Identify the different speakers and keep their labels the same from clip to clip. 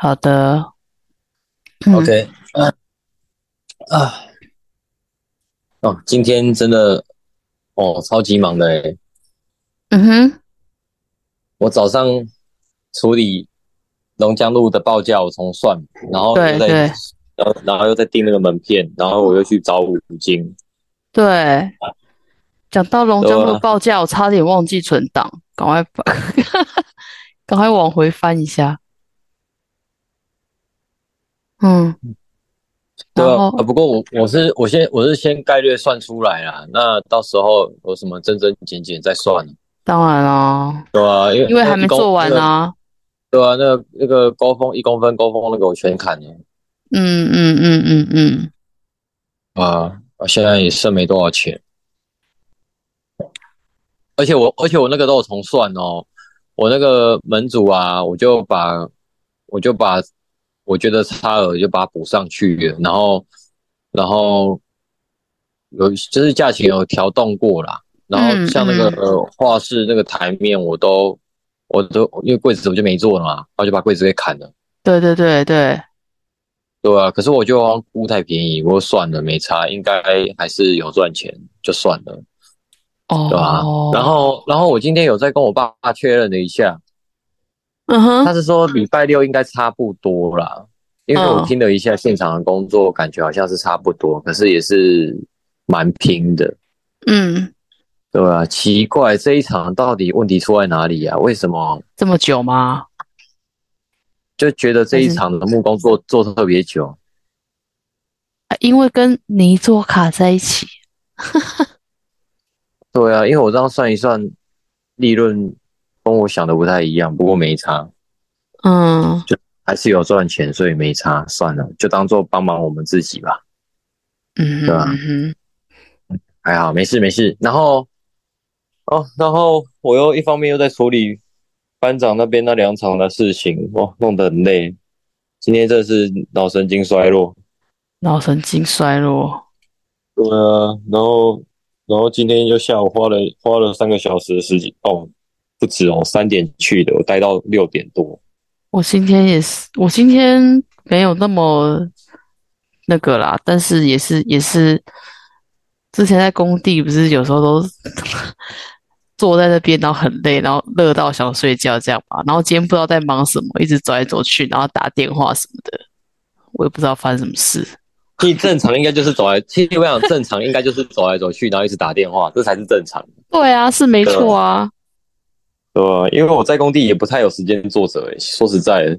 Speaker 1: 好的，嗯，
Speaker 2: OK，嗯啊哦，今天真的哦超级忙的诶，
Speaker 1: 嗯哼，
Speaker 2: 我早上处理龙江路的报价，我重算，然后
Speaker 1: 对
Speaker 2: 又在
Speaker 1: 对
Speaker 2: 然后然后又在订那个门片，然后我又去找五金，
Speaker 1: 对，讲到龙江
Speaker 2: 对
Speaker 1: 路
Speaker 2: 啊
Speaker 1: 报价，我差点忘记存档，赶快把， 赶快往回翻一下。嗯，
Speaker 2: 对
Speaker 1: 然
Speaker 2: 啊，
Speaker 1: 后
Speaker 2: 啊不过我我是我先我是先概略算出来啦，那到时候有什么增增减减再算，
Speaker 1: 当然啊，
Speaker 2: 对啊，因为
Speaker 1: 因为还没
Speaker 2: 一公
Speaker 1: 做完
Speaker 2: 那个
Speaker 1: 啊，
Speaker 2: 对啊，那个那个高峰一公分高峰那个我全砍了
Speaker 1: 嗯嗯嗯嗯嗯，
Speaker 2: 啊，我现在也剩没多少钱。而且我而且我那个都有重算哦，我那个门主啊，我就把我就把我觉得差额就把它补上去了，然后然后有就是价钱有调动过啦，然后
Speaker 1: 嗯
Speaker 2: 像那个呃画室那个台面我都我都因为柜子我就没做了嘛，然后就把柜子给砍了，
Speaker 1: 对对对对，
Speaker 2: 对啊，可是我就好像估太便宜，我就算了没差，应该还是有赚钱就算了。对吧？
Speaker 1: 哦，
Speaker 2: 然后，然后我今天有再跟我爸爸确认了一下，
Speaker 1: 嗯
Speaker 2: 他
Speaker 1: 哼，
Speaker 2: 是说礼拜六应该差不多啦，因为我
Speaker 1: 嗯
Speaker 2: 听了一下现场的工作，感觉好像是差不多，可是也是蛮拼的，
Speaker 1: 嗯，
Speaker 2: 对吧？奇怪，这一场到底问题出在哪里啊？为什么
Speaker 1: 这么久吗？
Speaker 2: 就觉得
Speaker 1: 嗯
Speaker 2: 这一场的木工做做特别久？
Speaker 1: 啊因为跟泥做卡在一起，
Speaker 2: 对啊，因为我这样算一算，利润跟我想的不太一样，不过没差，
Speaker 1: 嗯，
Speaker 2: 还是有赚钱，所以没差，算了，就当做帮忙我们自己吧。
Speaker 1: 嗯
Speaker 2: 对啊
Speaker 1: 哼嗯哼，
Speaker 2: 还好，没事没事。然后，哦，然后我又一方面又在处理班长那边那两场的事情，哇，弄得很累。今天真的是脑神经衰弱。
Speaker 1: 脑神经衰弱，
Speaker 2: 对啊，然后，然后今天就下午花了花了三个小时的时间，哦，不止哦，三点去的，我待到六点多。
Speaker 1: 我今天也是，我今天没有那么那个啦，但是也是也是，之前在工地不是有时候都 坐在那边，然后很累，然后热到想睡觉这样吧。然后今天不知道在忙什么，一直走来走去，然后打电话什么的，我也不知道发生什么事。
Speaker 2: 其实正常应该就是走来，其实我想正常应该就是走来走去，然后一直打电话，这才是正常的。
Speaker 1: 对啊，是没错啊，
Speaker 2: 对啊，因为我在工地也不太有时间坐着、欸，说实在的。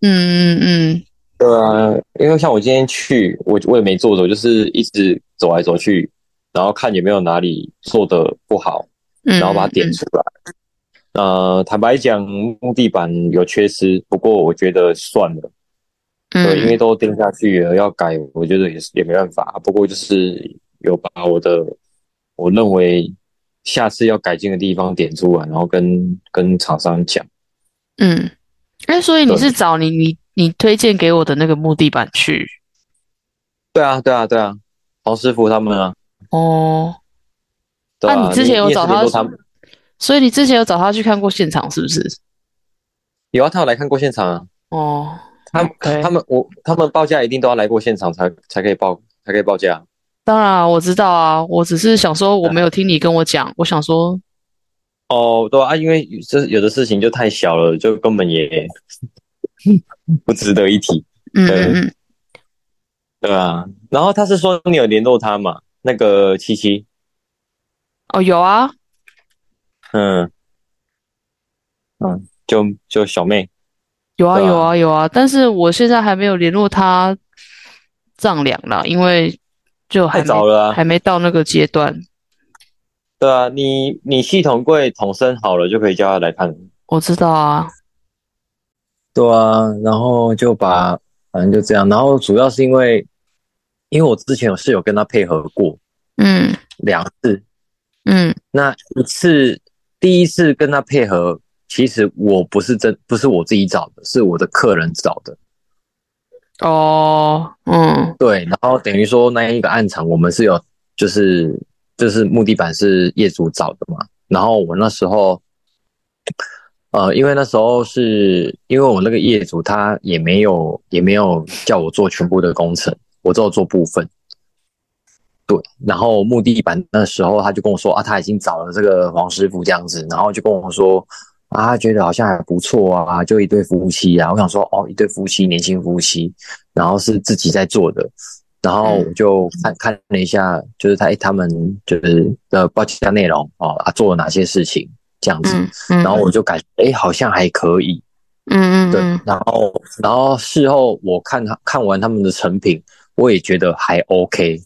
Speaker 1: 嗯嗯
Speaker 2: 对啊，因为像我今天去，我我也没坐着，我就是一直走来走去，然后看有没有哪里做的不好，
Speaker 1: 嗯，
Speaker 2: 然后把它点出来。呃，坦白讲，木地板有缺失，不过我觉得算了，
Speaker 1: 嗯，
Speaker 2: 对，因为都钉下去了，要改，我觉得也是也没办法。啊不过就是有把我的我认为下次要改进的地方点出来，然后跟跟厂商讲。
Speaker 1: 嗯，哎，所以你
Speaker 2: 对
Speaker 1: 是找你你你推荐给我的那个木地板去
Speaker 2: 对啊，对啊，对啊，黄师傅他们啊，
Speaker 1: 哦。
Speaker 2: 对
Speaker 1: 那
Speaker 2: 啊，
Speaker 1: 你之前有
Speaker 2: 你也
Speaker 1: 找
Speaker 2: 是联
Speaker 1: 他
Speaker 2: 络他们。
Speaker 1: 所以你之前有找他去看过现场是不是？
Speaker 2: 有啊，他有来看过现场啊。
Speaker 1: 哦，
Speaker 2: 他
Speaker 1: OK
Speaker 2: 他们我他们报价一定都要来过现场才才可以报才可以报价。
Speaker 1: 当然啊我知道啊，我只是想说我没有听你跟我讲，我想说，
Speaker 2: 哦，对啊，因为这有的事情就太小了，就根本 也不值得一提，
Speaker 1: 嗯
Speaker 2: 对
Speaker 1: 嗯嗯，
Speaker 2: 对啊。然后他是说你有联络他嘛？那个七七，
Speaker 1: 哦，有啊，
Speaker 2: 嗯嗯，就就小妹，
Speaker 1: 有啊
Speaker 2: 对啊
Speaker 1: 有啊有啊，但是我现在还没有联络他丈量啦，因为就还
Speaker 2: 太
Speaker 1: 没
Speaker 2: 早了啊
Speaker 1: 还没到那个阶段。
Speaker 2: 对啊，你你系统柜统升好了就可以叫他来看。
Speaker 1: 我知道啊，
Speaker 2: 对啊，然后就把反正就这样，然后主要是因为因为我之前有是有跟他配合过
Speaker 1: 嗯
Speaker 2: 两次，
Speaker 1: 嗯
Speaker 2: 那一次，第一次跟他配合，其实我不是真，不是我自己找的，是我的客人找的。
Speaker 1: 哦嗯
Speaker 2: 对，然后等于说那一个暗场，我们是有，就是就是木地板是业主找的嘛。然后我那时候，呃，因为那时候是因为我那个业主他也没有也没有叫我做全部的工程，我只有做部分。对，然后木地板那时候他就跟我说啊，他已经找了这个黄师傅这样子，然后就跟我说啊，他觉得好像还不错啊，就一对夫妻啊。我想说哦，一对夫妻，年轻夫妻，然后是自己在做的，然后我就看看了一下，就是他诶他们就是的报价内容哦，啊做了哪些事情这样子，
Speaker 1: 嗯嗯，
Speaker 2: 然后我就感觉哎好像还可以，
Speaker 1: 嗯嗯
Speaker 2: 对
Speaker 1: 嗯，
Speaker 2: 然后然后事后我看他看完他们的成品，我也觉得还 OK，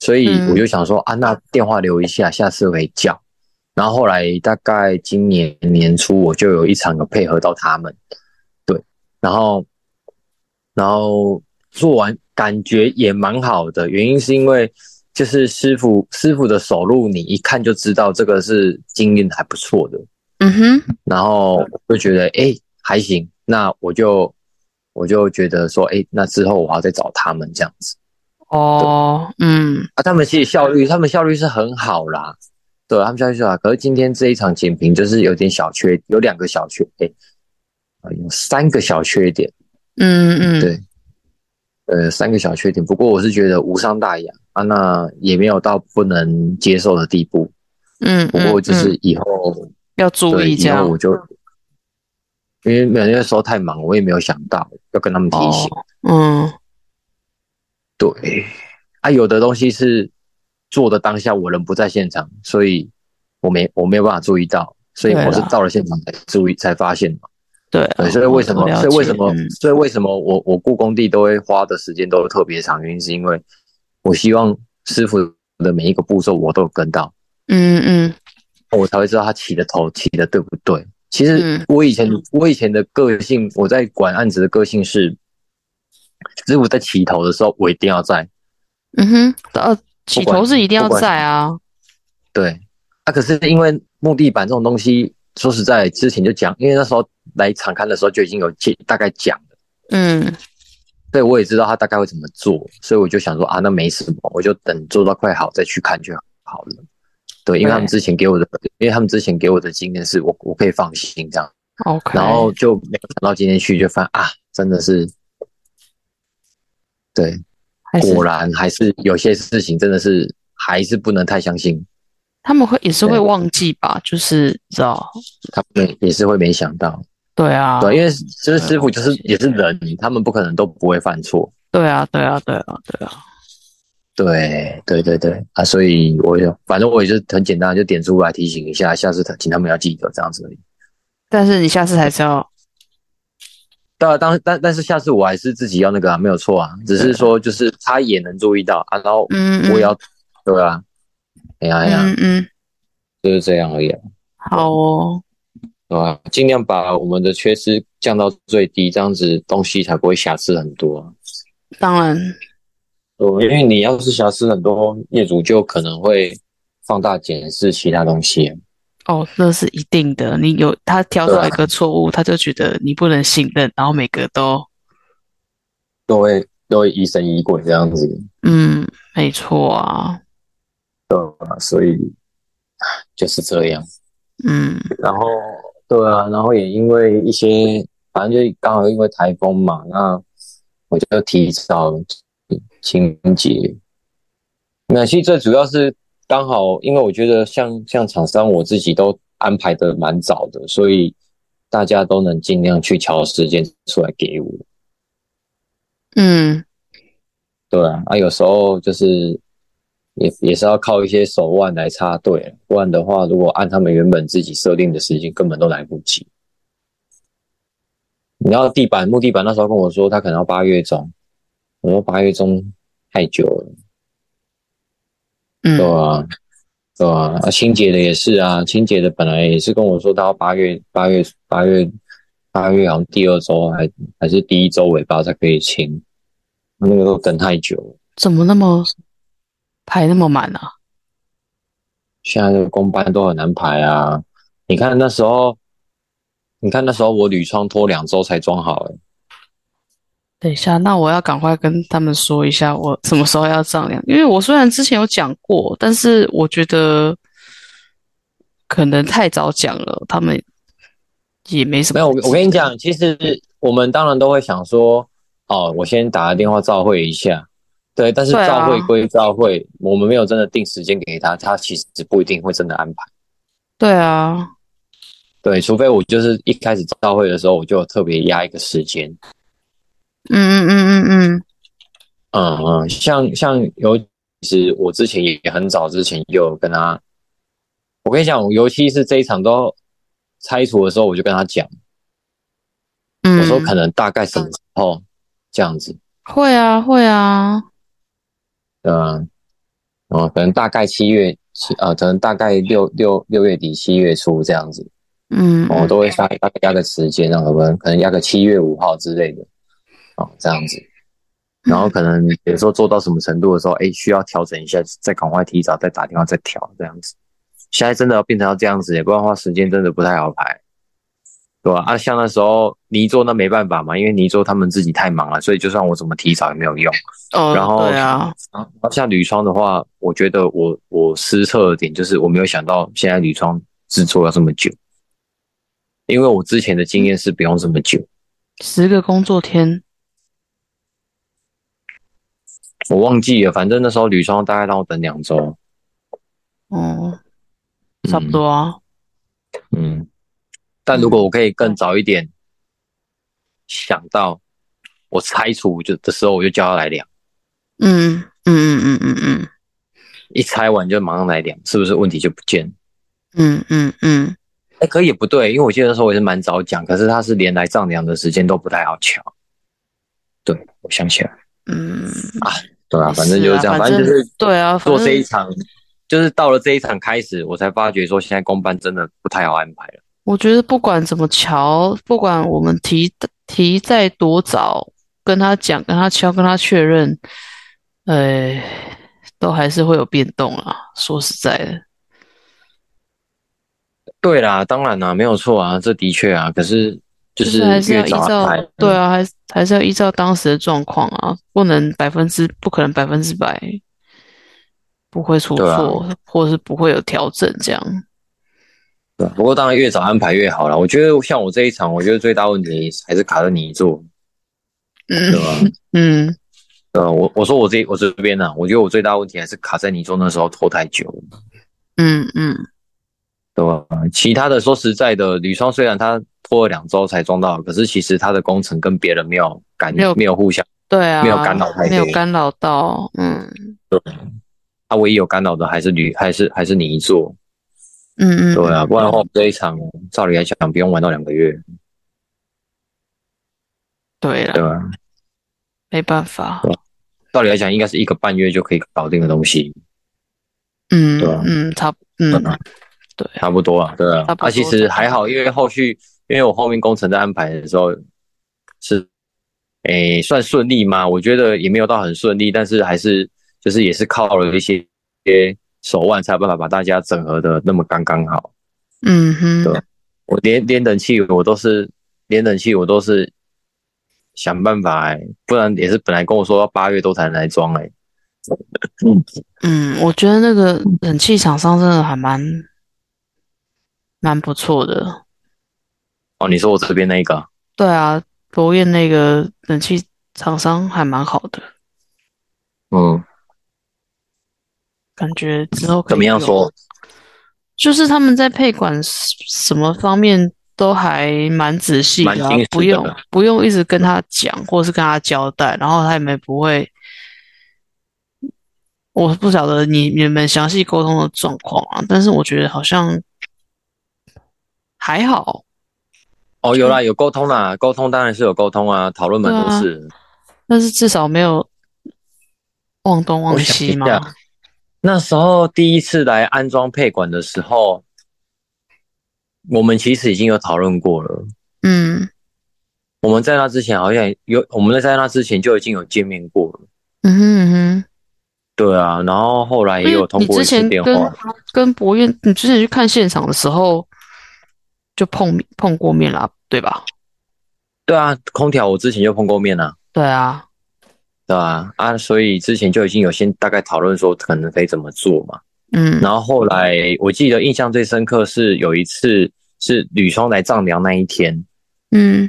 Speaker 2: 所以
Speaker 1: 嗯
Speaker 2: 我就想说、啊，那电话留一下，下次会叫。然后后来大概今年年初，我就有一场有配合到他们，对，然后然后做完感觉也蛮好的，原因是因为就是师傅师傅的手路，你一看就知道这个是经验还不错的，
Speaker 1: 嗯哼，
Speaker 2: 然后我就觉得哎、诶还行，那我就我就觉得说哎、诶那之后我要再找他们这样子
Speaker 1: 哦，嗯
Speaker 2: 啊，他们其实效率，他们效率是很好啦，对，他们效率是好，可是今天这一场简评就是有点小缺，有两个小缺，哎、啊有三个小缺点，
Speaker 1: 嗯嗯，
Speaker 2: 对呃，三个小缺点，不过我是觉得无伤大雅啊，那也没有到不能接受的地步，
Speaker 1: 嗯，
Speaker 2: 不过就
Speaker 1: 嗯嗯
Speaker 2: 是以后
Speaker 1: 要注
Speaker 2: 对，
Speaker 1: 意这
Speaker 2: 以
Speaker 1: 样哦
Speaker 2: 后我就因为没有那时候太忙，我也没有想到要跟他们提醒。
Speaker 1: 哦，嗯
Speaker 2: 对，啊，有的东西是做的当下我人不在现场，所以我没我没有办法注意到，所以
Speaker 1: 对啦
Speaker 2: 我是到了现场才注意才发现嘛。
Speaker 1: 对啊，
Speaker 2: 对，所以为什么
Speaker 1: 我了？
Speaker 2: 所以为
Speaker 1: 解
Speaker 2: 什么
Speaker 1: 嗯？
Speaker 2: 所以为什么我我雇工地都会花的时间都特别长，原因是因为我希望师傅的每一个步骤我都有跟到，
Speaker 1: 嗯嗯
Speaker 2: 我才会知道他起的头起的对不对。其实
Speaker 1: 嗯
Speaker 2: 我以前、
Speaker 1: 嗯
Speaker 2: 我以前的个性，我在管案子的个性是，师傅在起头的时候我一定要在，
Speaker 1: 嗯哼，呃，起
Speaker 2: 管
Speaker 1: 头是一定
Speaker 2: 不
Speaker 1: 要
Speaker 2: 管
Speaker 1: 在啊，
Speaker 2: 对，啊，可是因为木地板这种东西，说实在，之前就讲，因为那时候来场刊的时候就已经有介大概讲了，
Speaker 1: 嗯
Speaker 2: 所以我也知道他大概会怎么做，所以我就想说啊，那没什么，我就等做到快好再去看就好了。对，因为他们之前给我的，因为他们之前给我的经验是我我可以放心这样，
Speaker 1: ，OK，
Speaker 2: 然后就没有想到今天去就发现啊，真的是，对，
Speaker 1: 还是
Speaker 2: 果然还是有些事情真的是还是不能太相信，
Speaker 1: 他们会也是会
Speaker 2: 对
Speaker 1: 忘记吧，就是你知道，
Speaker 2: 他们也是会没想到。
Speaker 1: 对啊，
Speaker 2: 对，因为就是师傅就是
Speaker 1: 对
Speaker 2: 也是人，他们不可能都不会犯错。
Speaker 1: 对啊，对啊，对啊，对啊，
Speaker 2: 对，对对对啊，所以我就反正我也就很简单，就点出来提醒一下，下次他请他们要记得这样子而已。
Speaker 1: 但是你下次还是要，
Speaker 2: 当然，啊当但但是下次我还是自己要那个啊，没有错啊，只是说就是他也能注意到啊，然后
Speaker 1: 嗯嗯，
Speaker 2: 我也要、对啊，哎呀哎呀，
Speaker 1: 嗯嗯，
Speaker 2: 就是这样而已啊，
Speaker 1: 好哦，
Speaker 2: 对吧、尽量把我们的缺失降到最低，这样子东西才不会瑕疵很多、啊。
Speaker 1: 当然，
Speaker 2: 对，因为你要是瑕疵很多，业主就可能会放大检视其他东西。啊
Speaker 1: 哦，那是一定的，你有他挑
Speaker 2: 对啊
Speaker 1: 到一个错误，他就觉得你不能信任，然后每个都，
Speaker 2: 都会都会疑神疑鬼这样子，
Speaker 1: 嗯，没错啊，
Speaker 2: 啊所以就是这样。
Speaker 1: 嗯
Speaker 2: 然后对啊，然后也因为一些，反正就刚好因为台风嘛，那我就提早清洁。那其实最主要是刚好，因为我觉得像像厂商我自己都安排的蛮早的，所以大家都能尽量去调时间出来给我。
Speaker 1: 嗯，
Speaker 2: 对啊，啊，有时候就是也也是要靠一些手腕来插队，啊不然的话，如果按他们原本自己设定的时间，根本都来不及。你知道地板木地板那时候跟我说，他可能要八月中，我说八月中太久了，
Speaker 1: 嗯
Speaker 2: 对啊，对啊，啊清洁的也是啊，清洁的本来也是跟我说，他要八月八月八月八月好像第二周还还是第一周尾巴才可以清，那个都等太久了。
Speaker 1: 怎么那么排那么满啊？
Speaker 2: 现在这个公班都很难排啊。你看那时候，你看那时候我铝窗拖两周才装好、欸，
Speaker 1: 等一下，那我要赶快跟他们说一下，我什么时候要丈量，因为我虽然之前有讲过，但是我觉得可能太早讲了，他们也没什么。
Speaker 2: 没有，我我跟你，讲，其实我们当然都会想说，哦，我先打个电话照会一下，对，但是
Speaker 1: 对啊
Speaker 2: 照会归照会，我们没有真的定时间给他，他其实不一定会真的安排。
Speaker 1: 对啊，
Speaker 2: 对，除非我就是一开始照会的时候，我就有特别压一个时间。
Speaker 1: 嗯嗯嗯嗯嗯，
Speaker 2: 嗯嗯，像像尤其是我之前也很早之前就有跟他，我跟你讲，我尤其是这一场都拆除的时候，我就跟他讲，
Speaker 1: 嗯
Speaker 2: 我说可能大概什么时候这样子，
Speaker 1: 会啊会啊，
Speaker 2: 嗯，哦，可能大概七月七呃，可能大概六六六月底七月初这样子，哦
Speaker 1: 嗯，
Speaker 2: 我都会压大概压个时间，让他们可能压个七月五号之类的，哦，这样子。然后可能比如说做到什么程度的时候，哎，需要调整一下，再赶快提早再打电话再调这样子。现在真的要变成要这样子，也不然的话时间真的不太好排，对吧、啊？像那时候泥做那没办法嘛，因为泥做他们自己太忙了，所以就算我怎么提早也没有用。
Speaker 1: 哦，
Speaker 2: 然后
Speaker 1: 对啊，
Speaker 2: 然后像铝窗的话，我觉得我我失策的点就是我没有想到现在铝窗制作要这么久，因为我之前的经验是不用这么久。
Speaker 1: 十个工作天，
Speaker 2: 我忘记了，反正那时候铝窗大概让我等两周，
Speaker 1: 哦，差不多啊，
Speaker 2: 嗯。嗯，但如果我可以
Speaker 1: 嗯
Speaker 2: 更早一点想到我拆除就的时候，我就叫他来量，
Speaker 1: 嗯嗯嗯嗯嗯嗯
Speaker 2: 一拆完就马上来量，是不是问题就不见了？
Speaker 1: 嗯嗯嗯，
Speaker 2: 哎，可也不对，因为我记得那时候我也是蛮早讲，可是他是连来丈量的时间都不太好瞧。对，我想起来了，
Speaker 1: 嗯，
Speaker 2: 对啊，
Speaker 1: 也
Speaker 2: 反正就是
Speaker 1: 啊
Speaker 2: 这样，
Speaker 1: 反
Speaker 2: 反正就是
Speaker 1: 对啊，反
Speaker 2: 做这一
Speaker 1: 正
Speaker 2: 场，就是到了这一场开始，我才发觉说现在公班真的不太好安排了。
Speaker 1: 我觉得不管怎么瞧，不管我们提提再多早，跟他讲，跟他敲，跟他确认，呃，都还是会有变动啦。说实在的，
Speaker 2: 对啦，当然啦，没有错啊，这的确啊，可是就
Speaker 1: 就是还是
Speaker 2: 越
Speaker 1: 要依
Speaker 2: 早安排嗯
Speaker 1: 照，，对啊，还是还是要依照当时的状况啊，不能百分之不可能百分之百不会出
Speaker 2: 对啊
Speaker 1: 错，或是不会有调整这样。
Speaker 2: 对啊。不过当然越早安排越好啦。我觉得像我这一场，我觉得最大问题还是卡在你做，对
Speaker 1: 嗯
Speaker 2: 吧？
Speaker 1: 嗯，
Speaker 2: 呃，我我说我这我这边呢、我觉得我最大问题还是卡在你做那时候拖太久了。
Speaker 1: 嗯嗯，
Speaker 2: 对吧？其他的说实在的，铝窗虽然它拖了两周才装到，可是其实它的工程跟别人没有干
Speaker 1: 没有
Speaker 2: 没有互相，
Speaker 1: 对啊，
Speaker 2: 没有干扰太
Speaker 1: 没有
Speaker 2: 多
Speaker 1: 干扰到，嗯
Speaker 2: 它唯一有干扰的还是铝，还是还是泥做，
Speaker 1: 嗯嗯，
Speaker 2: 对啊，不然的话我们这一场照理来讲不用玩到两个月，
Speaker 1: 对啦
Speaker 2: 对，啊吧？
Speaker 1: 没办法，
Speaker 2: 照理来讲应该是一个半月就可以搞定的东西，
Speaker 1: 嗯
Speaker 2: 对啊
Speaker 1: 嗯，差不嗯
Speaker 2: 吧
Speaker 1: 对啊
Speaker 2: 差不多啊，对啊
Speaker 1: 差。不多
Speaker 2: 啊，其实还好，因为后续因为我后面工程在安排的时候是，诶、算顺利嘛？我觉得也没有到很顺利，但是还是就是也是靠了一些一些手腕，才有办法把大家整合的那么刚刚好。
Speaker 1: 嗯哼，
Speaker 2: 对啊我连连冷气我都是连冷气我都是想办法、欸，不然也是本来跟我说要八月多才能来装哎、
Speaker 1: 嗯，我觉得那个冷气厂商真的还蛮蛮不错的，
Speaker 2: 哦，你说我这边那一个啊，
Speaker 1: 对啊，博彦那个冷气厂商还蛮好的，
Speaker 2: 嗯，
Speaker 1: 感觉之后可以
Speaker 2: 怎么样
Speaker 1: 用
Speaker 2: 说？
Speaker 1: 就是他们在配管什什么方面都还蛮仔细的、啊
Speaker 2: 蛮精，
Speaker 1: 不
Speaker 2: 细的
Speaker 1: 用不用一直跟他讲，或是跟他交代，然后他也没不会。我不晓得你你们详细沟通的状况啊，但是我觉得好像还好，
Speaker 2: 哦，有啦，有沟通啦，沟通当然是有沟通啊，讨论蛮多事的。
Speaker 1: 但是至少没有忘东忘
Speaker 2: 我想
Speaker 1: 西
Speaker 2: 一
Speaker 1: 嘛。
Speaker 2: 下那时候第一次来安装配管的时候，我们其实已经有讨论过了。
Speaker 1: 嗯
Speaker 2: 我们在那之前好像有，我们在那之前就已经有见面过了。
Speaker 1: 嗯哼嗯
Speaker 2: 对啊，然后后来
Speaker 1: 哼，
Speaker 2: 也有通
Speaker 1: 因为
Speaker 2: 过
Speaker 1: 你
Speaker 2: 一
Speaker 1: 之
Speaker 2: 次
Speaker 1: 前
Speaker 2: 电
Speaker 1: 跟
Speaker 2: 话。
Speaker 1: 跟博彦，你之前去看现场的时候就碰面碰过面啦，对吧？
Speaker 2: 对啊，空调我之前就碰过面啦、
Speaker 1: 对啊，
Speaker 2: 对吧、啊？所以之前就已经有先大概讨论说可能可以怎么做嘛。
Speaker 1: 嗯
Speaker 2: 然后后来我记得印象最深刻是有一次是吕兄来丈量那一天，
Speaker 3: 嗯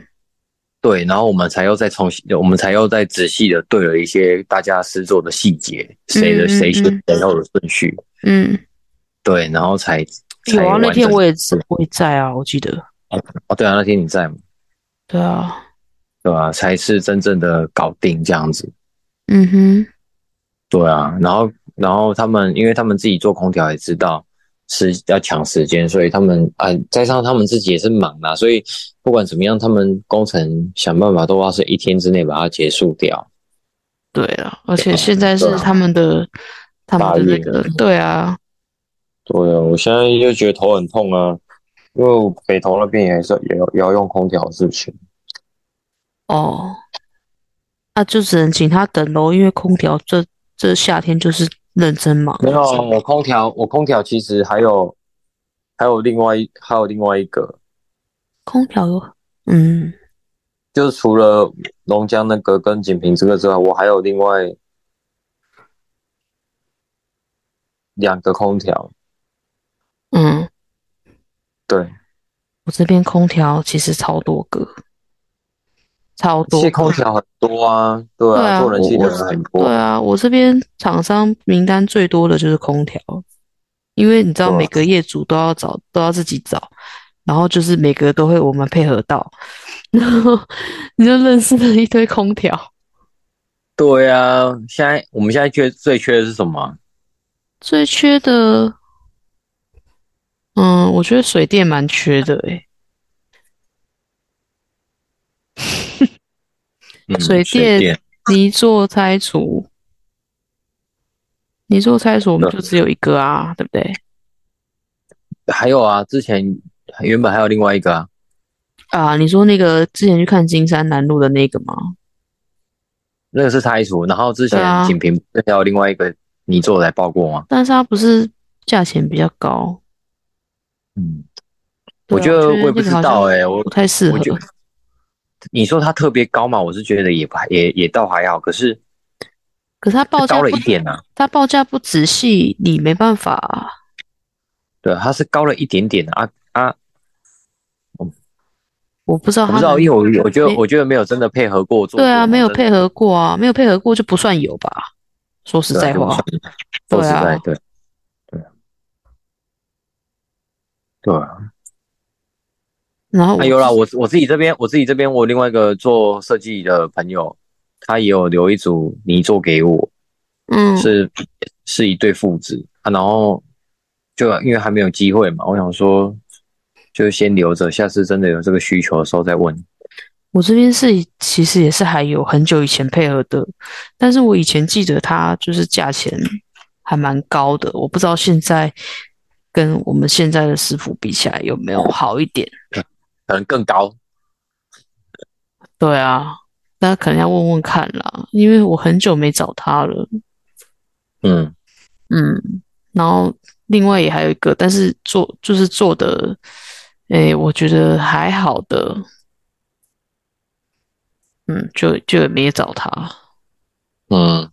Speaker 2: 对，然后我们才又再重新，我们才又再仔细的对了一些大家诗作的细节，谁的
Speaker 3: 嗯
Speaker 2: 谁先
Speaker 3: 嗯
Speaker 2: 谁后的顺序，
Speaker 3: 嗯，
Speaker 2: 对，然后才
Speaker 1: 有
Speaker 2: 才
Speaker 1: 啊，那
Speaker 2: 完
Speaker 1: 天
Speaker 2: 整
Speaker 1: 我也我也在啊，我记得。
Speaker 2: 哦，对啊，那天你在嘛，
Speaker 1: 对啊，
Speaker 2: 对吧、才是真正的搞定这样子，
Speaker 3: 嗯哼，
Speaker 2: 对啊，然后然后他们，因为他们自己做空调也知道是要抢时间，所以他们啊，再加上他们自己也是忙啦、所以不管怎么样，他们工程想办法都要是一天之内把它结束掉。
Speaker 1: 对啊，而且
Speaker 2: 对啊
Speaker 1: 现在是
Speaker 2: 对啊
Speaker 1: 他们的他们的
Speaker 2: 八月
Speaker 1: 那个，对啊，
Speaker 2: 对啊，我现在又觉得头很痛啊，因为我北投那边也是也要也要用空调的事情。
Speaker 1: 哦，那就只能请他等喽，因为空调这这夏天就是认真忙。
Speaker 2: 没有，啊我空调我空调其实还有还有另外一还有另外一个，
Speaker 1: 空调有，嗯，
Speaker 2: 就是除了龙江那个跟锦屏这个之外，我还有另外两个空调。
Speaker 1: 嗯，
Speaker 2: 对，
Speaker 1: 我这边空调其实超多个，超多
Speaker 2: 其实
Speaker 1: 个。
Speaker 2: 空调很多啊，对
Speaker 1: 对啊
Speaker 2: 做冷气
Speaker 1: 我
Speaker 2: 的人很
Speaker 1: 对
Speaker 2: 多。
Speaker 1: 啊，我这边厂商名单最多的就是空调，因为你知道
Speaker 2: 对啊
Speaker 1: 每个业主都要找，都要自己找，然后就是每个都会我们配合到， 然后你就认识了一堆空调。
Speaker 2: 对啊，现在我们现在缺最缺的是什么？啊
Speaker 1: 最缺的，嗯，我觉得水电蛮缺的欸诶、
Speaker 2: 嗯
Speaker 1: 水电
Speaker 2: 电。
Speaker 1: 泥做拆除，泥做拆除我们
Speaker 2: 对
Speaker 1: 就只有一个啊，对不对？
Speaker 2: 还有啊，之前原本还有另外一个啊，
Speaker 1: 啊，你说那个之前去看金山南路的那个吗？
Speaker 2: 那个是拆除，然后之前
Speaker 1: 对啊
Speaker 2: 锦屏还有另外一个你做来报过吗？
Speaker 1: 但是它不是价钱比较高，
Speaker 2: 嗯，
Speaker 1: 对
Speaker 2: 我
Speaker 1: 啊
Speaker 2: 觉得我也不
Speaker 1: 那个
Speaker 2: 知
Speaker 1: 好像
Speaker 2: 道哎，我
Speaker 1: 不太适
Speaker 2: 我
Speaker 1: 合
Speaker 2: 觉。得你说它特别高嘛，我是觉得也不也也倒还好，可是
Speaker 1: 可是它报
Speaker 2: 就
Speaker 1: 价
Speaker 2: 高了
Speaker 1: 不
Speaker 2: 一点呐、啊，
Speaker 1: 它报价不仔细，你没办法啊、
Speaker 2: 对，它是高了一点点的
Speaker 1: 哦
Speaker 2: 啊啊，
Speaker 1: 我不知道
Speaker 2: 我
Speaker 1: 它
Speaker 2: 不知道，
Speaker 1: 能
Speaker 2: 因为我我觉得
Speaker 1: 没
Speaker 2: 我觉得没有真的配合过做，
Speaker 1: 对啊，没有配合过啊，没有配合过就不算有吧？说实
Speaker 2: 对啊
Speaker 1: 在
Speaker 2: 就不
Speaker 1: 话，
Speaker 2: 算说
Speaker 1: 对
Speaker 2: 实
Speaker 1: 啊
Speaker 2: 在对对啊对啊，
Speaker 1: 然后我
Speaker 2: 啊，有啦，我我自己这边，我自己这边，我另外一个做设计的朋友，他也有留一组泥做给我，
Speaker 1: 嗯，
Speaker 2: 是是一对父子啊，然后就因为还没有机会嘛，我想说就先留着，下次真的有这个需求的时候再问。
Speaker 1: 我这边是其实也是还有很久以前配合的，但是我以前记得它就是价钱还蛮高的，我不知道现在跟我们现在的师傅比起来有没有好一点。
Speaker 2: 可能更高，
Speaker 1: 对啊，那可能要问问看啦，因为我很久没找他了。
Speaker 2: 嗯，
Speaker 1: 嗯，然后另外也还有一个，但是做就是做的，诶，我觉得还好的，嗯，就就也没找他。
Speaker 2: 嗯，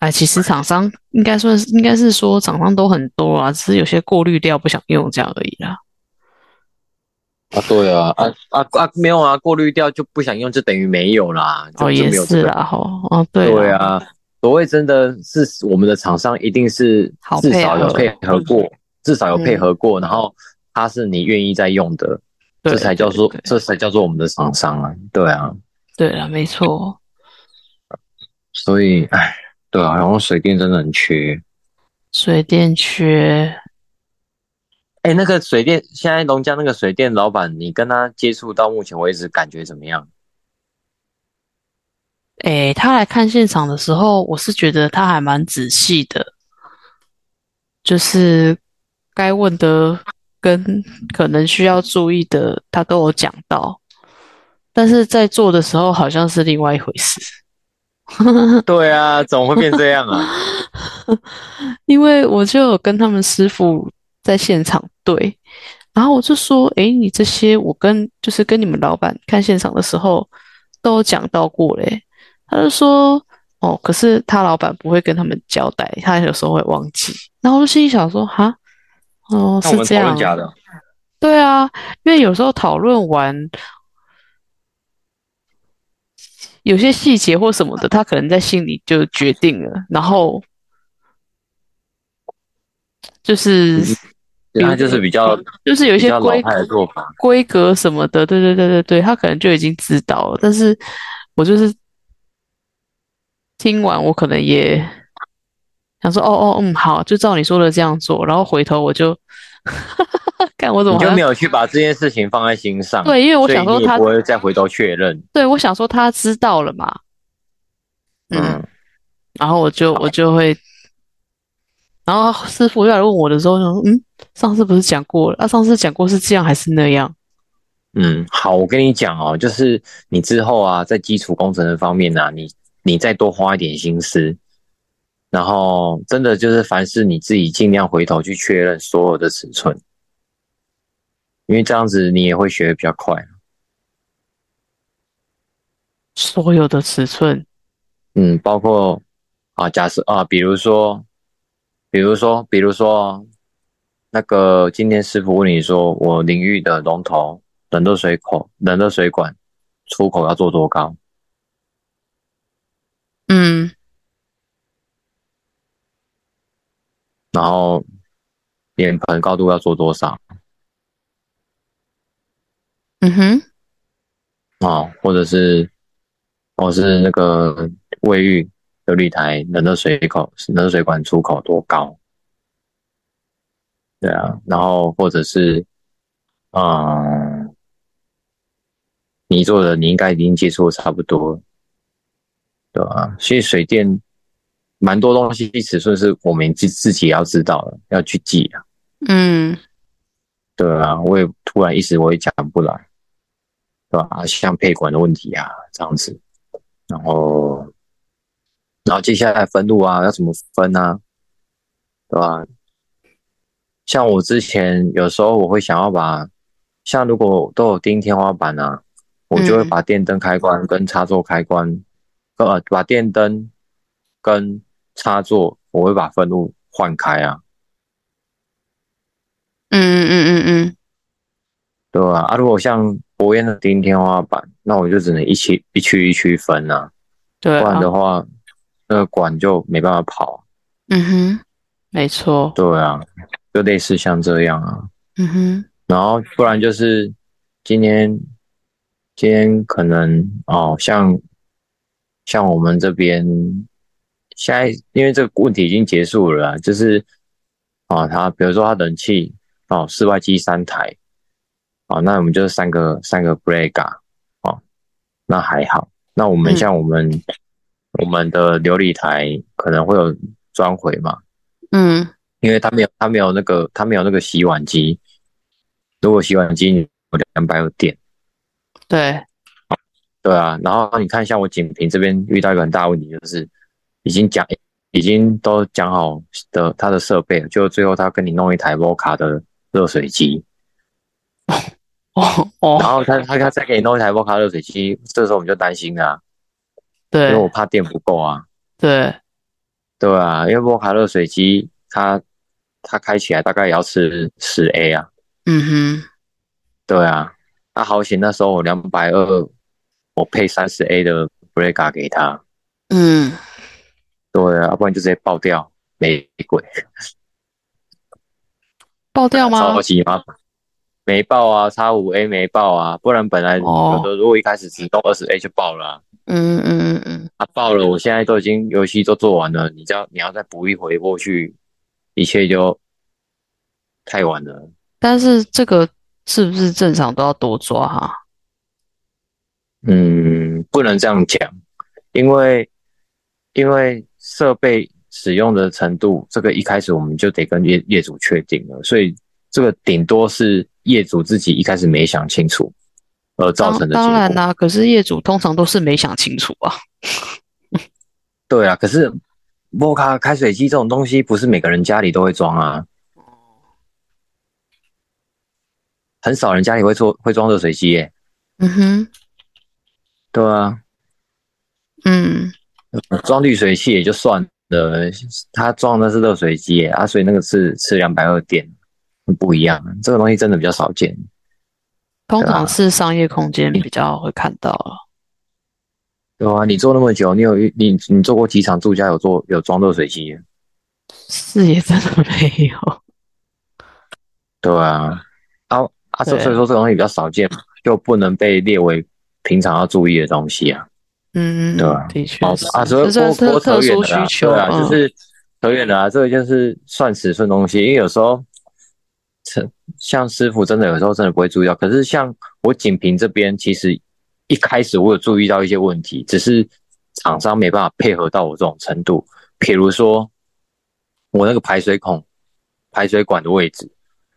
Speaker 1: 哎，其实厂商应该算是，应该是说厂商都很多啊，只是有些过滤掉不想用这样而已啦。
Speaker 2: 啊，对啊，啊啊啊，没有啊，过滤掉就不想用，就等于没有啦，就
Speaker 1: 哦，
Speaker 2: 就
Speaker 1: 也
Speaker 2: 没有这
Speaker 1: 是
Speaker 2: 个
Speaker 1: 啦，吼，哦，对啦
Speaker 2: 对，啊，所谓真的是我们的厂商一定是
Speaker 1: 好
Speaker 2: 至少有
Speaker 1: 配
Speaker 2: 配
Speaker 1: 合
Speaker 2: 合过，至少有配
Speaker 1: 嗯
Speaker 2: 合过，然后他是你愿意在用的，
Speaker 1: 对
Speaker 2: 这才叫做
Speaker 1: 对
Speaker 2: 这才叫做我们的厂商啊，对啊，
Speaker 1: 对啦，没错。
Speaker 2: 所以哎，对啊，然后水电真的很缺，
Speaker 1: 水电缺，
Speaker 2: 哎，那个水电现在龙江那个水电老板，你跟他接触到目前为止感觉怎么样？
Speaker 1: 诶，哎他来看现场的时候，我是觉得他还蛮仔细的，就是该问的跟可能需要注意的，他都有讲到，但是在做的时候好像是另外一回事。
Speaker 2: 对啊，怎么会变这样啊？
Speaker 1: 因为我就有跟他们师傅在现场对，然后我就说，诶，你这些我跟就是跟你们老板看现场的时候都有讲到过嘞。他就说，哦，可是他老板不会跟他们交代，他有时候会忘记。然后我就心里想说，哈，哦，
Speaker 2: 那
Speaker 1: 是
Speaker 2: 我们
Speaker 1: 这
Speaker 2: 讨论
Speaker 1: 样。
Speaker 2: 假的，
Speaker 1: 对啊，因为有时候讨论完有些细节或什么的，他可能在心里就决定了，然后就是比如
Speaker 2: 那就是比较
Speaker 1: 就是有一
Speaker 2: 比
Speaker 1: 些
Speaker 2: 较老
Speaker 1: 规
Speaker 2: 派的做法。
Speaker 1: 规格什么的，对对对对对，他可能就已经知道了，但是我就是听完，我可能也想说，哦哦嗯，好，就照你说的这样做，然后回头我就， 看我怎么
Speaker 2: 你
Speaker 1: 好
Speaker 2: 就
Speaker 1: 像
Speaker 2: 没有去把这件事情放在心上，
Speaker 1: 对，因为我
Speaker 2: 所以
Speaker 1: 想说
Speaker 2: 你也
Speaker 1: 他
Speaker 2: 不会再回头确认。
Speaker 1: 对，我想说他知道了嘛，嗯，
Speaker 2: 嗯，
Speaker 1: 然后我就我就会，然后师傅又来问我的时候，我想说嗯，上次不是讲过了？啊，上次讲过是这样还是那样？
Speaker 2: 嗯，好，我跟你讲哦，就是你之后啊，在基础工程的方面啊，你你再多花一点心思，然后真的就是凡事你自己尽量回头去确认所有的尺寸，因为这样子你也会学得比较快。
Speaker 1: 所有的尺寸，
Speaker 2: 嗯，包括啊，假设啊，比如说，比如说，比如说，那个今天师傅问你说，我淋浴的龙头冷热水口、冷热水管出口要做多高？
Speaker 1: 嗯，
Speaker 2: 然后脸盆高度要做多少
Speaker 1: 嗯哼，
Speaker 2: 啊？或者是，或者是那个卫浴琉璃台冷热水口、冷热水管出口多高？对啊，然后或者是，嗯，你做的你应该已经接触得差不多了，对啊，所以水电蛮多东西尺寸是我们自自己也要知道的，要去记啊，
Speaker 1: 嗯，
Speaker 2: 对啊，我也突然一时我也讲不来，对吧、像配管的问题啊，这样子，然后，然后接下来分路啊，要怎么分啊，对吧、像我之前有时候我会想要把，像如果都有钉天花板啊，我就会
Speaker 1: 嗯
Speaker 2: 把电灯开关跟插座开关，呃，把电灯跟插座，我会把分路换开啊，
Speaker 1: 嗯嗯嗯嗯
Speaker 2: 对吧、啊？如果像博彦的钉天花板，那我就只能一区一区一区分啊，
Speaker 1: 对
Speaker 2: 不
Speaker 1: 啊
Speaker 2: 然，的话，那个管就没办法跑，
Speaker 1: 嗯哼，没错，
Speaker 2: 对啊，就类似像这样啊。
Speaker 1: 嗯哼，
Speaker 2: 然后不然就是今天，今天可能哦，像像我们这边现在，因为这个问题已经结束了啊，就是哦，他比如说他冷气哦，室外机三台哦，那我们就三个三个 brega 哦，那还好。那我们
Speaker 1: 嗯
Speaker 2: 像我们、我们的琉璃台可能会有装回嘛，
Speaker 1: 嗯
Speaker 2: 因为它没有它没有那个它没有那个洗碗机，如果洗碗机你有两百有电，
Speaker 1: 对，
Speaker 2: 对啊。然后你看，像我锦屏这边遇到一个很大的问题，就是已经讲已经都讲好的它的设备了，就最后他跟你弄一台 Voca 的热水机，
Speaker 1: 哦
Speaker 2: 然
Speaker 1: 哦，
Speaker 2: 后他他他再给你弄一台 Voca 热水机，这时候我们就担心了、啊，因为
Speaker 1: 对
Speaker 2: 我怕电不够啊，
Speaker 1: 对，
Speaker 2: 对啊，因为 Voca 热水机它它开起来大概也要吃十 A 啊。
Speaker 1: 嗯哼，
Speaker 2: 对啊，那好险，那时候我两百二，我配三十 A 的 Brega 给他。
Speaker 1: 嗯，
Speaker 2: 对啊，要不然就直接爆掉，没鬼，
Speaker 1: 爆掉吗
Speaker 2: 超？级麻烦。没爆啊，叉五 A 没爆啊，不然本来
Speaker 1: 哦
Speaker 2: 有的如果一开始只动二十 A 就爆了啊，
Speaker 1: 嗯嗯嗯嗯，
Speaker 2: 啊爆了，我现在都已经游戏都做完了，你要你要再补一回过去，一切就太晚了。
Speaker 1: 但是这个是不是正常都要多抓啊哈？
Speaker 2: 嗯，不能这样讲，因为因为设备使用的程度，这个一开始我们就得跟业业主确定了，所以这个顶多是业主自己一开始没想清楚而造成的结
Speaker 1: 当
Speaker 2: 果。
Speaker 1: 当然啦、可是业主通常都是没想清楚啊。
Speaker 2: 对啊，可是摩卡开水机这种东西，不是每个人家里都会装啊，很少人家里会做会装热水机耶、
Speaker 1: 嗯哼，
Speaker 2: 对啊，
Speaker 1: 嗯
Speaker 2: 装滤水器也就算了，他装的是热水机耶、啊，所以那个是吃两百二电。不一样，这个东西真的比较少见。
Speaker 1: 通
Speaker 2: 对啊
Speaker 1: 常是商业空间比较会看到啊了。
Speaker 2: 对啊，你做那么久，你有遇你你做过几场住家有做有装热水器？
Speaker 1: 是也真的没有，
Speaker 2: 对啊，啊啊，所
Speaker 1: 对啊
Speaker 2: 所以说这个东西比较少见嘛，就不能被列为平常要注意的东西啊。
Speaker 1: 嗯，
Speaker 2: 对啊
Speaker 1: 的确
Speaker 2: 哦
Speaker 1: 是，
Speaker 2: 啊，所
Speaker 1: 这
Speaker 2: 以
Speaker 1: 算
Speaker 2: 我
Speaker 1: 是特
Speaker 2: 我
Speaker 1: 特
Speaker 2: 扯远
Speaker 1: 殊
Speaker 2: 了
Speaker 1: 需
Speaker 2: 啦
Speaker 1: 求
Speaker 2: 对啊，就
Speaker 1: 嗯
Speaker 2: 是扯远了啊，这个就是算尺寸东西，因为有时候，这像师傅真的有时候真的不会注意到，可是像我仅凭这边，其实一开始我有注意到一些问题，只是厂商没办法配合到我这种程度，比如说我那个排水孔、排水管的位置，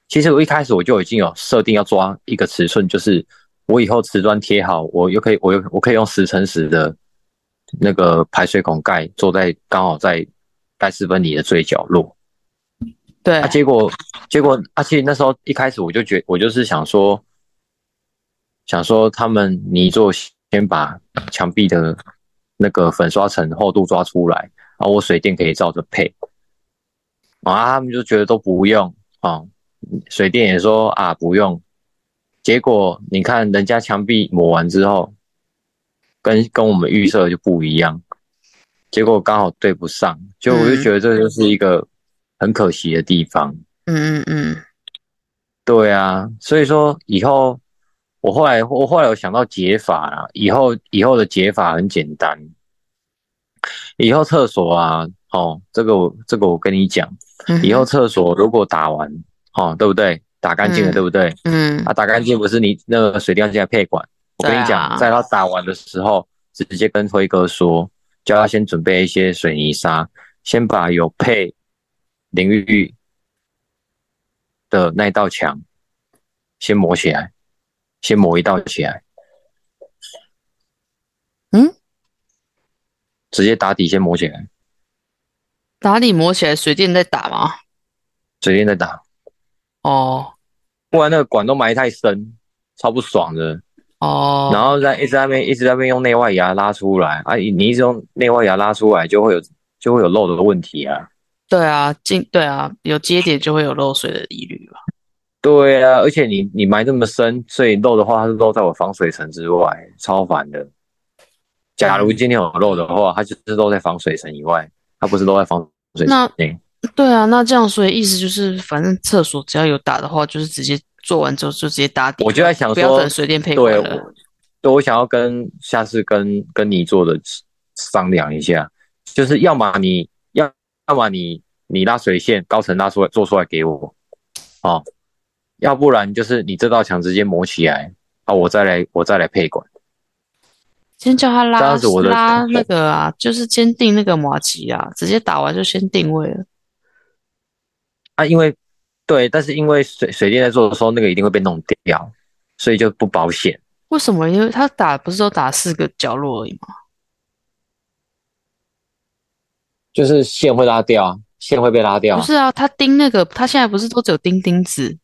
Speaker 2: 其实我一开始我就已经有设定要抓一个尺寸，就是我以后瓷砖贴好，我又可以，我又我可以用十乘十的那个排水孔盖坐在刚好在盖四分离的最角落。
Speaker 1: 对
Speaker 2: 啊，，结果结果，啊，其实那时候一开始我就觉，我就是想说，想说他们泥做先把墙壁的那个粉刷层厚度抓出来，啊，我水电可以照着配。啊，他们就觉得都不用啊，水电也说啊不用。结果你看人家墙壁抹完之后，跟跟我们预设就不一样，结果刚好对不上，就我就觉得这就是一个很可惜的地方。
Speaker 1: 嗯嗯嗯，
Speaker 2: 对啊，所以说以后我后来我后来有想到解法啦，以后以后的解法很简单，以后厕所啊，哦，这个我这个我跟你讲，
Speaker 1: 嗯哼
Speaker 2: 以后厕所如果打完，哦，对不对？打干净
Speaker 1: 嗯
Speaker 2: 了，对不对？
Speaker 1: 嗯
Speaker 2: 啊，打干净不是你那个水电进来配管，我跟你
Speaker 1: 对
Speaker 2: 讲，
Speaker 1: 啊
Speaker 2: 在他打完的时候，直接跟辉哥说，叫他先准备一些水泥沙，先把有配淋浴的那道墙先磨起来，先磨一道起来。
Speaker 1: 嗯，
Speaker 2: 直接打底先磨起来，
Speaker 1: 打理磨起来，水电在打吗？
Speaker 2: 直接再打，
Speaker 1: 哦
Speaker 2: 不然那个管都埋太深，超不爽的。
Speaker 1: 哦，
Speaker 2: 然后在一直在那边一直在那边用内外牙拉出来啊，你一直用内外牙拉出来就会有就会有漏的问题啊。
Speaker 1: 对啊，进对啊，有接点就会有漏水的疑虑吧？
Speaker 2: 对啊，而且你你埋这么深，所以漏的话它是漏在我防水层之外，超烦的。假如今天有漏的话，它就是漏在防水层以外，它不是漏在防水层内。
Speaker 1: 对啊，那这样所以意思就是，反正厕所只要有打的话，就是直接做完之后就直接打底，
Speaker 2: 我就在想
Speaker 1: 不要
Speaker 2: 说
Speaker 1: 等水电配管
Speaker 2: 对，我
Speaker 1: 了。
Speaker 2: 对我想要跟下次跟跟你做的商量一下，就是要么你要要么你你拉水线高层拉出来做出来给我，哦，要不然就是你这道墙直接磨起来啊，我再来我再来配管。
Speaker 1: 先叫他
Speaker 2: 这
Speaker 1: 拉
Speaker 2: 样子我的
Speaker 1: 拉那个啊，就是先定那个马吉啊，直接打完就先定位了。
Speaker 2: 啊，因为对，但是因为水水电在做的时候，那个一定会被弄掉，所以就不保险。
Speaker 1: 为什么？因为他打不是都打四个角落而已吗？
Speaker 2: 就是线会拉掉，线会被拉掉
Speaker 1: 不是啊，他钉那个，他现在不是都只有钉钉子？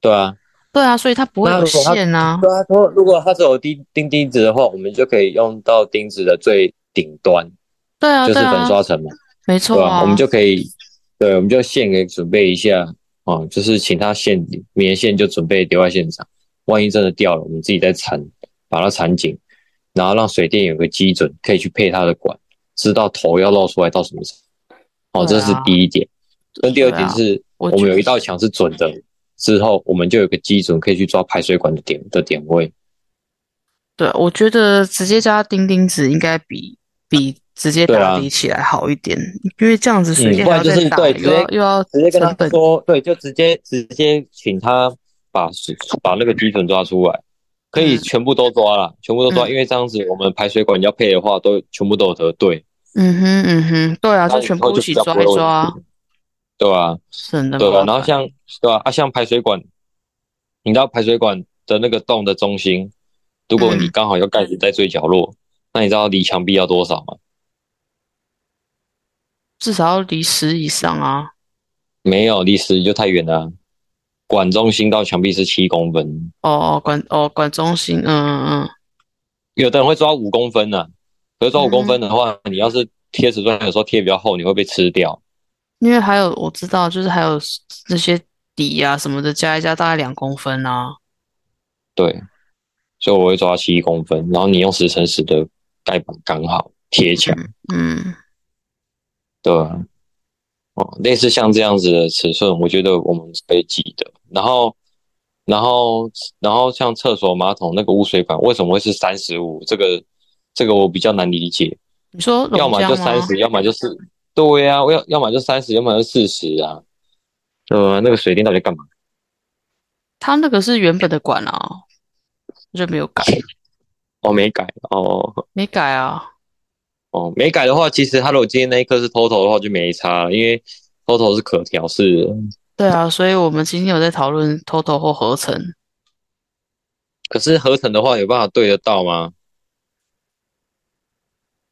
Speaker 2: 对啊，
Speaker 1: 对啊，所以他不会
Speaker 2: 那
Speaker 1: 有
Speaker 2: 如果他
Speaker 1: 线啊。
Speaker 2: 对啊，如果如果它只有钉钉钉子的话，我们就可以用到钉子的最顶端，
Speaker 1: 对啊，
Speaker 2: 就是
Speaker 1: 对
Speaker 2: 粉
Speaker 1: 啊，
Speaker 2: 刷层嘛，
Speaker 1: 没
Speaker 2: 对
Speaker 1: 错
Speaker 2: 吧、
Speaker 1: 啊，
Speaker 2: 我们就可以，对，我们就线给准备一下哦、就是请他线棉线就准备留在现场，万一真的掉了，我们自己再缠，把它缠紧，然后让水电有个基准，可以去配它的管，知道头要露出来到什么程度。哦，
Speaker 1: 对
Speaker 2: 这
Speaker 1: 啊
Speaker 2: 是第一点。那第二点
Speaker 1: 对啊，
Speaker 2: 是，
Speaker 1: 我
Speaker 2: 我们
Speaker 1: 觉
Speaker 2: 有
Speaker 1: 得
Speaker 2: 一道墙是准的，之后我们就有个基准可以去抓排水管的点的点位。
Speaker 1: 对，我觉得直接加钉钉子应该比比直接
Speaker 2: 对
Speaker 1: 打
Speaker 2: 啊
Speaker 1: 底起来好一点，因为这样子水
Speaker 2: 嗯
Speaker 1: 电
Speaker 2: 不
Speaker 1: 还要
Speaker 2: 然就
Speaker 1: 再
Speaker 2: 是
Speaker 1: 打，
Speaker 2: 对直
Speaker 1: 又要
Speaker 2: 接
Speaker 1: 又要
Speaker 2: 直接跟
Speaker 1: 成
Speaker 2: 他
Speaker 1: 本。
Speaker 2: 说，对，就直接直接请他把水把那个基准抓出来，可以
Speaker 1: 嗯
Speaker 2: 全部都抓了，全部都抓，
Speaker 1: 嗯
Speaker 2: 因为这样子我们排水管要配的话，都全部都有得对，
Speaker 1: 嗯哼嗯哼，对啊，
Speaker 2: 那
Speaker 1: 就
Speaker 2: 以
Speaker 1: 全
Speaker 2: 后
Speaker 1: 部一
Speaker 2: 就
Speaker 1: 起
Speaker 2: 比较
Speaker 1: 抓
Speaker 2: 不
Speaker 1: 一
Speaker 2: 会有
Speaker 1: 抓
Speaker 2: 问，对吧、
Speaker 1: 省得
Speaker 2: 对吧、
Speaker 1: 麻
Speaker 2: 然后
Speaker 1: 烦。
Speaker 2: 像对吧、啊？像排水管，你知道排水管的那个洞的中心，如果你
Speaker 1: 嗯
Speaker 2: 刚好要盖子在最角落，那你知道离墙壁要多少吗？
Speaker 1: 至少要离十以上啊。
Speaker 2: 没有，离十就太远了啊、管中心到墙壁是七公分。
Speaker 1: 哦哦，管哦管中心，嗯嗯嗯，
Speaker 2: 有的人会抓五公分呢、啊可是抓五
Speaker 1: 嗯
Speaker 2: 公分的话，你要是贴瓷砖，有时候贴比较厚，你会被吃掉。
Speaker 1: 因为还有我知道，就是还有那些底啊什么的加一加，大概两公分啊。
Speaker 2: 对，所以我会抓七公分，然后你用十乘十的盖板刚好贴起来，
Speaker 1: 嗯，
Speaker 2: 对啊，哦，类似像这样子的尺寸，我觉得我们可以记得。然后，然后，然后像厕所马桶那个污水管为什么会是三十五？这个，这个我比较难理解。
Speaker 1: 你说
Speaker 2: 要
Speaker 1: 龙
Speaker 2: 么
Speaker 1: 江
Speaker 2: 就
Speaker 1: 吗？
Speaker 2: 三十，要么就是对呀、要要么就三十，要么就四十啊。呃，那个水电到底干嘛？
Speaker 1: 它那个是原本的管啊，就没有 改，
Speaker 2: 哦，没改哦
Speaker 1: 没改啊。
Speaker 2: 哦，没改的话，其实它如果今天那一颗是 total 的话，就没差了，因为 total 是可调式的。
Speaker 1: 对啊，所以我们今天有在讨论 total 或合成，
Speaker 2: 可是合成的话，有办法对得到吗？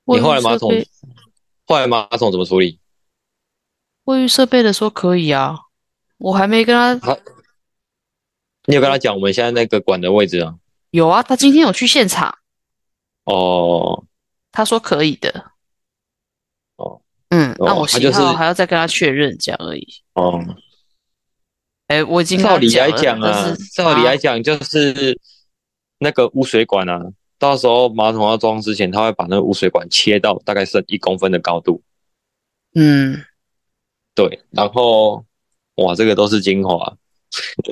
Speaker 1: 卫
Speaker 2: 你
Speaker 1: 浴
Speaker 2: 后来马
Speaker 1: 设
Speaker 2: 桶
Speaker 1: 备，
Speaker 2: 后来马桶怎么处理？
Speaker 1: 卫浴设备的说可以啊，我还没跟他
Speaker 2: 你有跟他讲我们现在那个管的位置啊？
Speaker 1: 有啊，他今天有去现场，
Speaker 2: 哦，
Speaker 1: 他说可以的。
Speaker 2: 哦，
Speaker 1: 嗯，
Speaker 2: 哦
Speaker 1: 那我
Speaker 2: 他
Speaker 1: 型
Speaker 2: 就是
Speaker 1: 号还要再跟他确认这样而已。
Speaker 2: 哦，
Speaker 1: 哎，我已经跟他
Speaker 2: 照理来
Speaker 1: 讲
Speaker 2: 讲
Speaker 1: 了，
Speaker 2: 啊
Speaker 1: 但是，
Speaker 2: 照理
Speaker 1: 他
Speaker 2: 来讲就是那个污水管啊，到时候马桶要装之前，他会把那个污水管切到大概剩一公分的高度。
Speaker 1: 嗯，
Speaker 2: 对，然后哇，这个都是精华。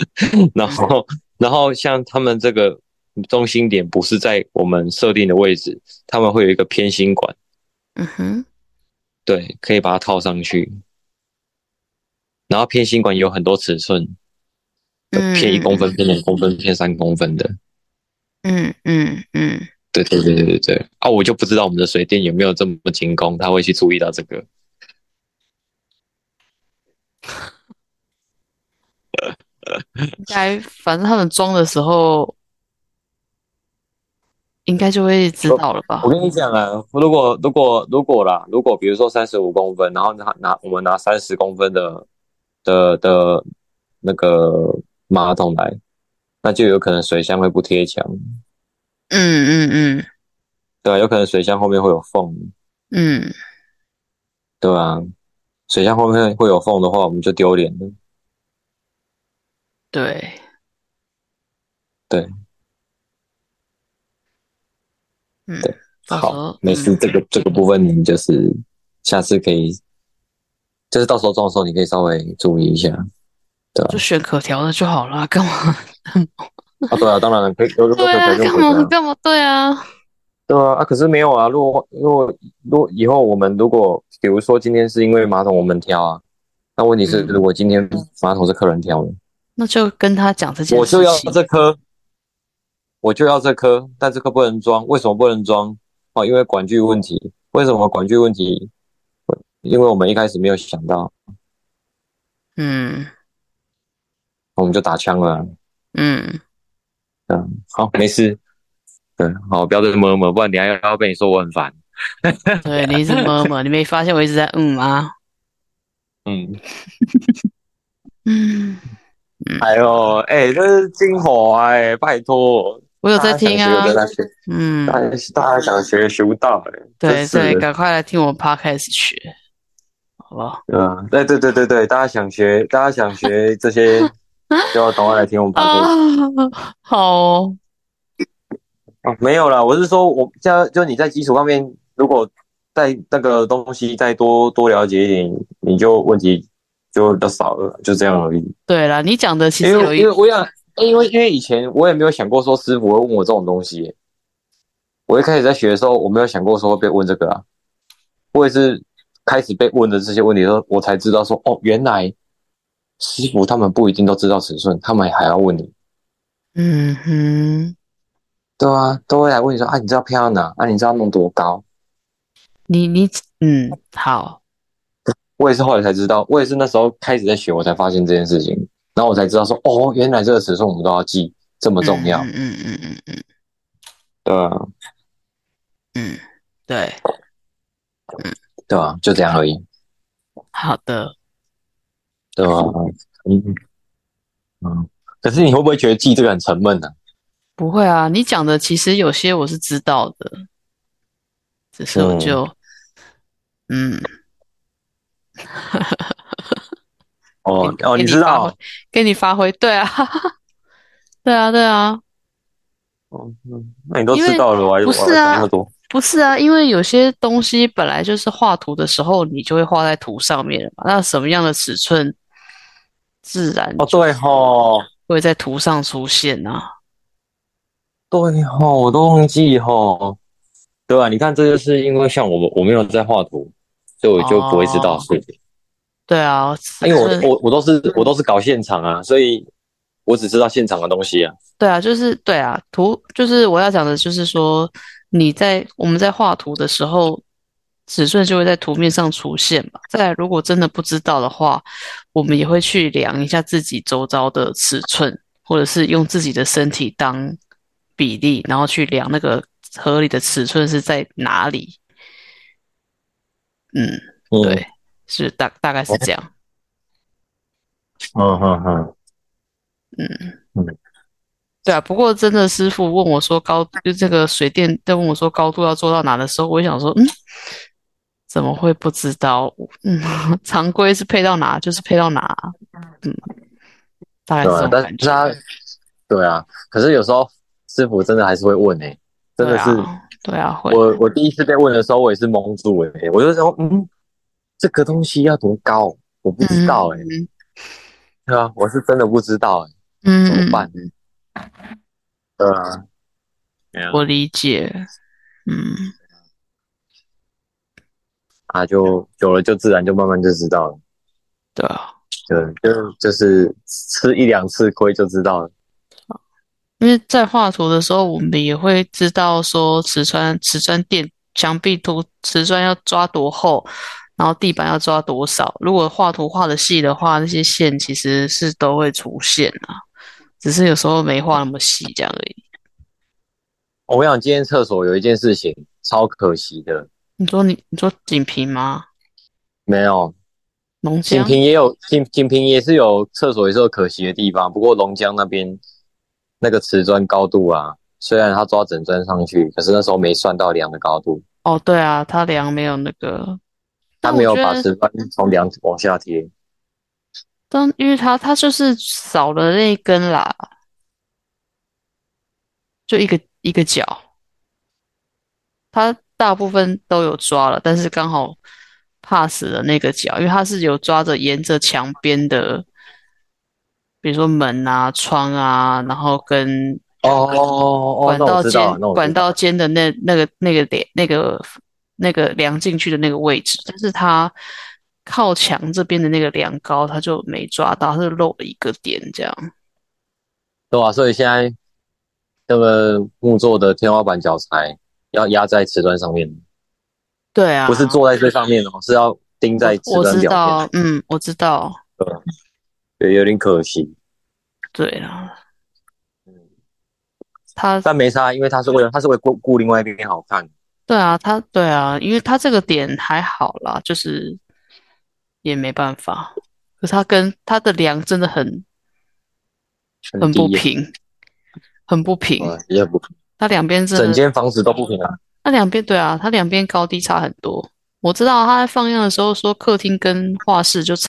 Speaker 2: 然后，然后像他们这个中心点不是在我们设定的位置，他们会有一个偏心管，
Speaker 1: 嗯哼，
Speaker 2: 对，可以把它套上去。然后偏心管有很多尺寸，有
Speaker 1: 嗯
Speaker 2: 偏一公分、偏两公分、偏三公分的。
Speaker 1: 嗯嗯嗯，
Speaker 2: 对对对对对对啊！我就不知道我们的水电有没有这么精工，他会去注意到这个。
Speaker 1: 应该反正他们装的时候，应该就会知道了吧
Speaker 2: 我？跟你讲啊，如果如果如果啦，如果比如说三十五公分，然后拿拿我们拿三十公分的的的那个马桶来，那就有可能水箱会不贴墙，
Speaker 1: 嗯嗯
Speaker 2: 对啊，有可能水箱后面会有缝，
Speaker 1: 嗯嗯，
Speaker 2: 对啊，水箱后面会有缝的话，我们就丢脸了。
Speaker 1: 对，
Speaker 2: 对，
Speaker 1: 嗯
Speaker 2: 对，
Speaker 1: 到时候嗯
Speaker 2: 好，没事，这个这个部分你就是下次可以，就是到时候装的时候你可以稍微注意一下。
Speaker 1: 就选可调的就好了，干嘛？
Speaker 2: 啊，对啊，当然了可以，有有
Speaker 1: 对
Speaker 2: 可
Speaker 1: 啊，
Speaker 2: 以用
Speaker 1: 干
Speaker 2: 回家
Speaker 1: 嘛干嘛？对啊，
Speaker 2: 对啊，啊，可是没有啊。如果如果如果以后我们如果比如说今天是因为马桶我们挑啊，那问题是
Speaker 1: 嗯
Speaker 2: 如果今天马桶是客人挑的，
Speaker 1: 那就跟他讲这件
Speaker 2: 我就
Speaker 1: 事
Speaker 2: 要
Speaker 1: 情。
Speaker 2: 这颗，我就要这颗，但这颗不能装，为什么不能装？哦，因为管具问题。为什么管具问题？因为我们一开始没有想到，
Speaker 1: 嗯
Speaker 2: 我们就打枪了啊。
Speaker 1: 嗯，
Speaker 2: 好，没事。对，好，不要再摸摸，不然等一下要被你说我很烦。
Speaker 1: 对你一直么 么，你没发现我一直在嗯吗？
Speaker 2: 嗯，
Speaker 1: 嗯，
Speaker 2: 哎呦，哎，这是精华哎，拜托，
Speaker 1: 我有在听啊
Speaker 2: 大家想学。的那些
Speaker 1: 嗯，
Speaker 2: 大家大家想学学不到、欸，
Speaker 1: 对
Speaker 2: 真是的
Speaker 1: 对，赶快来听我 podcast 学，好不好？
Speaker 2: 对啊，对对对对对，大家想学，大家想学这些，就要赶快来听 我们 p
Speaker 1: 哦
Speaker 2: o
Speaker 1: 啊，好哦，
Speaker 2: 哦，没有啦，我是说，我现在就你在基础方面，如果在那个东西再多多了解一点，你就问题就比较少了，就这样而已。
Speaker 1: 对啦，你讲的其实
Speaker 2: 因
Speaker 1: 有
Speaker 2: 为
Speaker 1: 一
Speaker 2: 因为我想，因为因为以前我也没有想过说师傅会问我这种东西、我一开始在学的时候，我没有想过说会被问这个啊。我也是开始被问的这些问题的时候，我才知道说，哦，原来师傅他们不一定都知道尺寸，他们还要问你。
Speaker 1: 嗯哼，
Speaker 2: 对啊，都会来问你说啊，你知道飘到哪？啊，你知道弄多高？
Speaker 1: 你你嗯，好，
Speaker 2: 我也是后来才知道，我也是那时候开始在学，我才发现这件事情，然后我才知道说，哦，原来这个尺寸我们都要记，这么重要。
Speaker 1: 嗯嗯嗯嗯嗯
Speaker 2: 对啊，
Speaker 1: 嗯，对，
Speaker 2: 对啊，就这样而已。
Speaker 1: 好的，
Speaker 2: 对啊，嗯嗯，可是你会不会觉得记这个很沉闷呢、
Speaker 1: 不会啊，你讲的其实有些我是知道的，只是我
Speaker 2: 嗯
Speaker 1: 就嗯给
Speaker 2: 哦
Speaker 1: 你给
Speaker 2: 哦，你
Speaker 1: 你
Speaker 2: 知
Speaker 1: 发
Speaker 2: 道
Speaker 1: 挥，给你发挥，对啊，对啊，对啊，
Speaker 2: 哦，嗯那你都
Speaker 1: 因为
Speaker 2: 知道了，我还
Speaker 1: 不
Speaker 2: 我
Speaker 1: 是
Speaker 2: 还
Speaker 1: 啊
Speaker 2: 讲那么多，
Speaker 1: 不是啊，因为有些东西本来就是画图的时候你就会画在图上面了嘛，那什么样的尺寸自然
Speaker 2: 哦对吼，
Speaker 1: 会在图上出现啊。
Speaker 2: 对吼，我都忘记吼，对啊，你看这就是因为像我我没有在画图，所以我就不会知道
Speaker 1: 哦
Speaker 2: 事情。
Speaker 1: 对啊，尺
Speaker 2: 因为
Speaker 1: 寸
Speaker 2: 哎我我我都是我都是搞现场啊，所以我只知道现场的东西啊。
Speaker 1: 对啊，就是对啊，图就是我要讲的，就是说你在我们在画图的时候，尺寸就会在图面上出现嘛。再来，如果真的不知道的话，我们也会去量一下自己周遭的尺寸，或者是用自己的身体当比例，然后去量那个合理的尺寸是在哪里。嗯，
Speaker 2: 嗯
Speaker 1: 对，是大大概是这样。
Speaker 2: 嗯嗯嗯，
Speaker 1: 对啊，不过真的师傅问我说高，就这个水电在问我说高度要做到哪的时候，我也想说，嗯，怎么会不知道？嗯， 常规是配到哪就是配到哪，嗯，大概是这种，
Speaker 2: 对啊但
Speaker 1: 感
Speaker 2: 是
Speaker 1: 觉。
Speaker 2: 他，对啊，可是有时候师傅真的还是会问诶、真的是、
Speaker 1: 对啊，对啊，会，
Speaker 2: 我我第一次被问的时候，我也是蒙住诶、我就想嗯，这个东西要多高，我不知道欸诶、
Speaker 1: 嗯
Speaker 2: 对啊，我是真的不知道诶、
Speaker 1: 嗯，
Speaker 2: 怎么
Speaker 1: 嗯
Speaker 2: 办呢？对啊，对啊
Speaker 1: 我理解，嗯，
Speaker 2: 啊，就久了就自然就慢慢就知道了，
Speaker 1: 对啊，
Speaker 2: 对，就就是吃一两次亏就知道了。
Speaker 1: 因为在画图的时候，我们也会知道说瓷砖、瓷砖垫、墙壁图、瓷砖要抓多厚，然后地板要抓多少。如果画图画的细的话，那些线其实是都会出现啊，只是有时候没画那么细这样而已。
Speaker 2: 我想今天厕所有一件事情超可惜的，
Speaker 1: 你说你你说锦屏吗？
Speaker 2: 没有
Speaker 1: 龙江
Speaker 2: 锦屏也有锦锦屏也是有厕所也是有可惜的地方，不过龙江那边那个瓷砖高度啊，虽然它抓整砖上去，可是那时候没算到梁的高度，
Speaker 1: 哦，对啊，它梁没有那个，
Speaker 2: 它
Speaker 1: 但
Speaker 2: 没有
Speaker 1: 我觉
Speaker 2: 把
Speaker 1: 得
Speaker 2: 瓷砖从梁往下贴。
Speaker 1: 但因为它它就是少了那一根啦，就一个一个角，它大部分都有抓了，但是刚好 pass 了那个角，因为它是有抓着沿着墙边的，比如说门啊、窗啊，然后跟
Speaker 2: 哦哦哦，
Speaker 1: 管
Speaker 2: 那
Speaker 1: 道
Speaker 2: 我知
Speaker 1: 间、
Speaker 2: 道了，那我知
Speaker 1: 管
Speaker 2: 道
Speaker 1: 道
Speaker 2: 了
Speaker 1: 间的那那个那个点那个那个梁进去的那个位置，但是它靠墙这边的那个梁高，它就没抓到，它就漏了一个点，这样。
Speaker 2: 对啊，所以现在那个木做的天花板脚材要压在瓷砖上面，
Speaker 1: 对啊，
Speaker 2: 不是坐在最上面哦，是要钉在瓷
Speaker 1: 我
Speaker 2: 砖
Speaker 1: 知
Speaker 2: 表面，
Speaker 1: 道，嗯，我知道，
Speaker 2: 对，有点可惜。
Speaker 1: 对啦，它
Speaker 2: 嗯但没差，因为它是为了它是为了顾顾另外一边好看。
Speaker 1: 对啊，它对啊，因为它这个点还好啦，就是也没办法，可是它跟它的梁真的很
Speaker 2: 很
Speaker 1: 很不
Speaker 2: 低耶
Speaker 1: 平，很不平，
Speaker 2: 嗯，也不
Speaker 1: 它两边真
Speaker 2: 整
Speaker 1: 的
Speaker 2: 间房子都不平啊。
Speaker 1: 它两边对啊，它两边高低差很多。我知道他在放样的时候说，客厅跟画室就差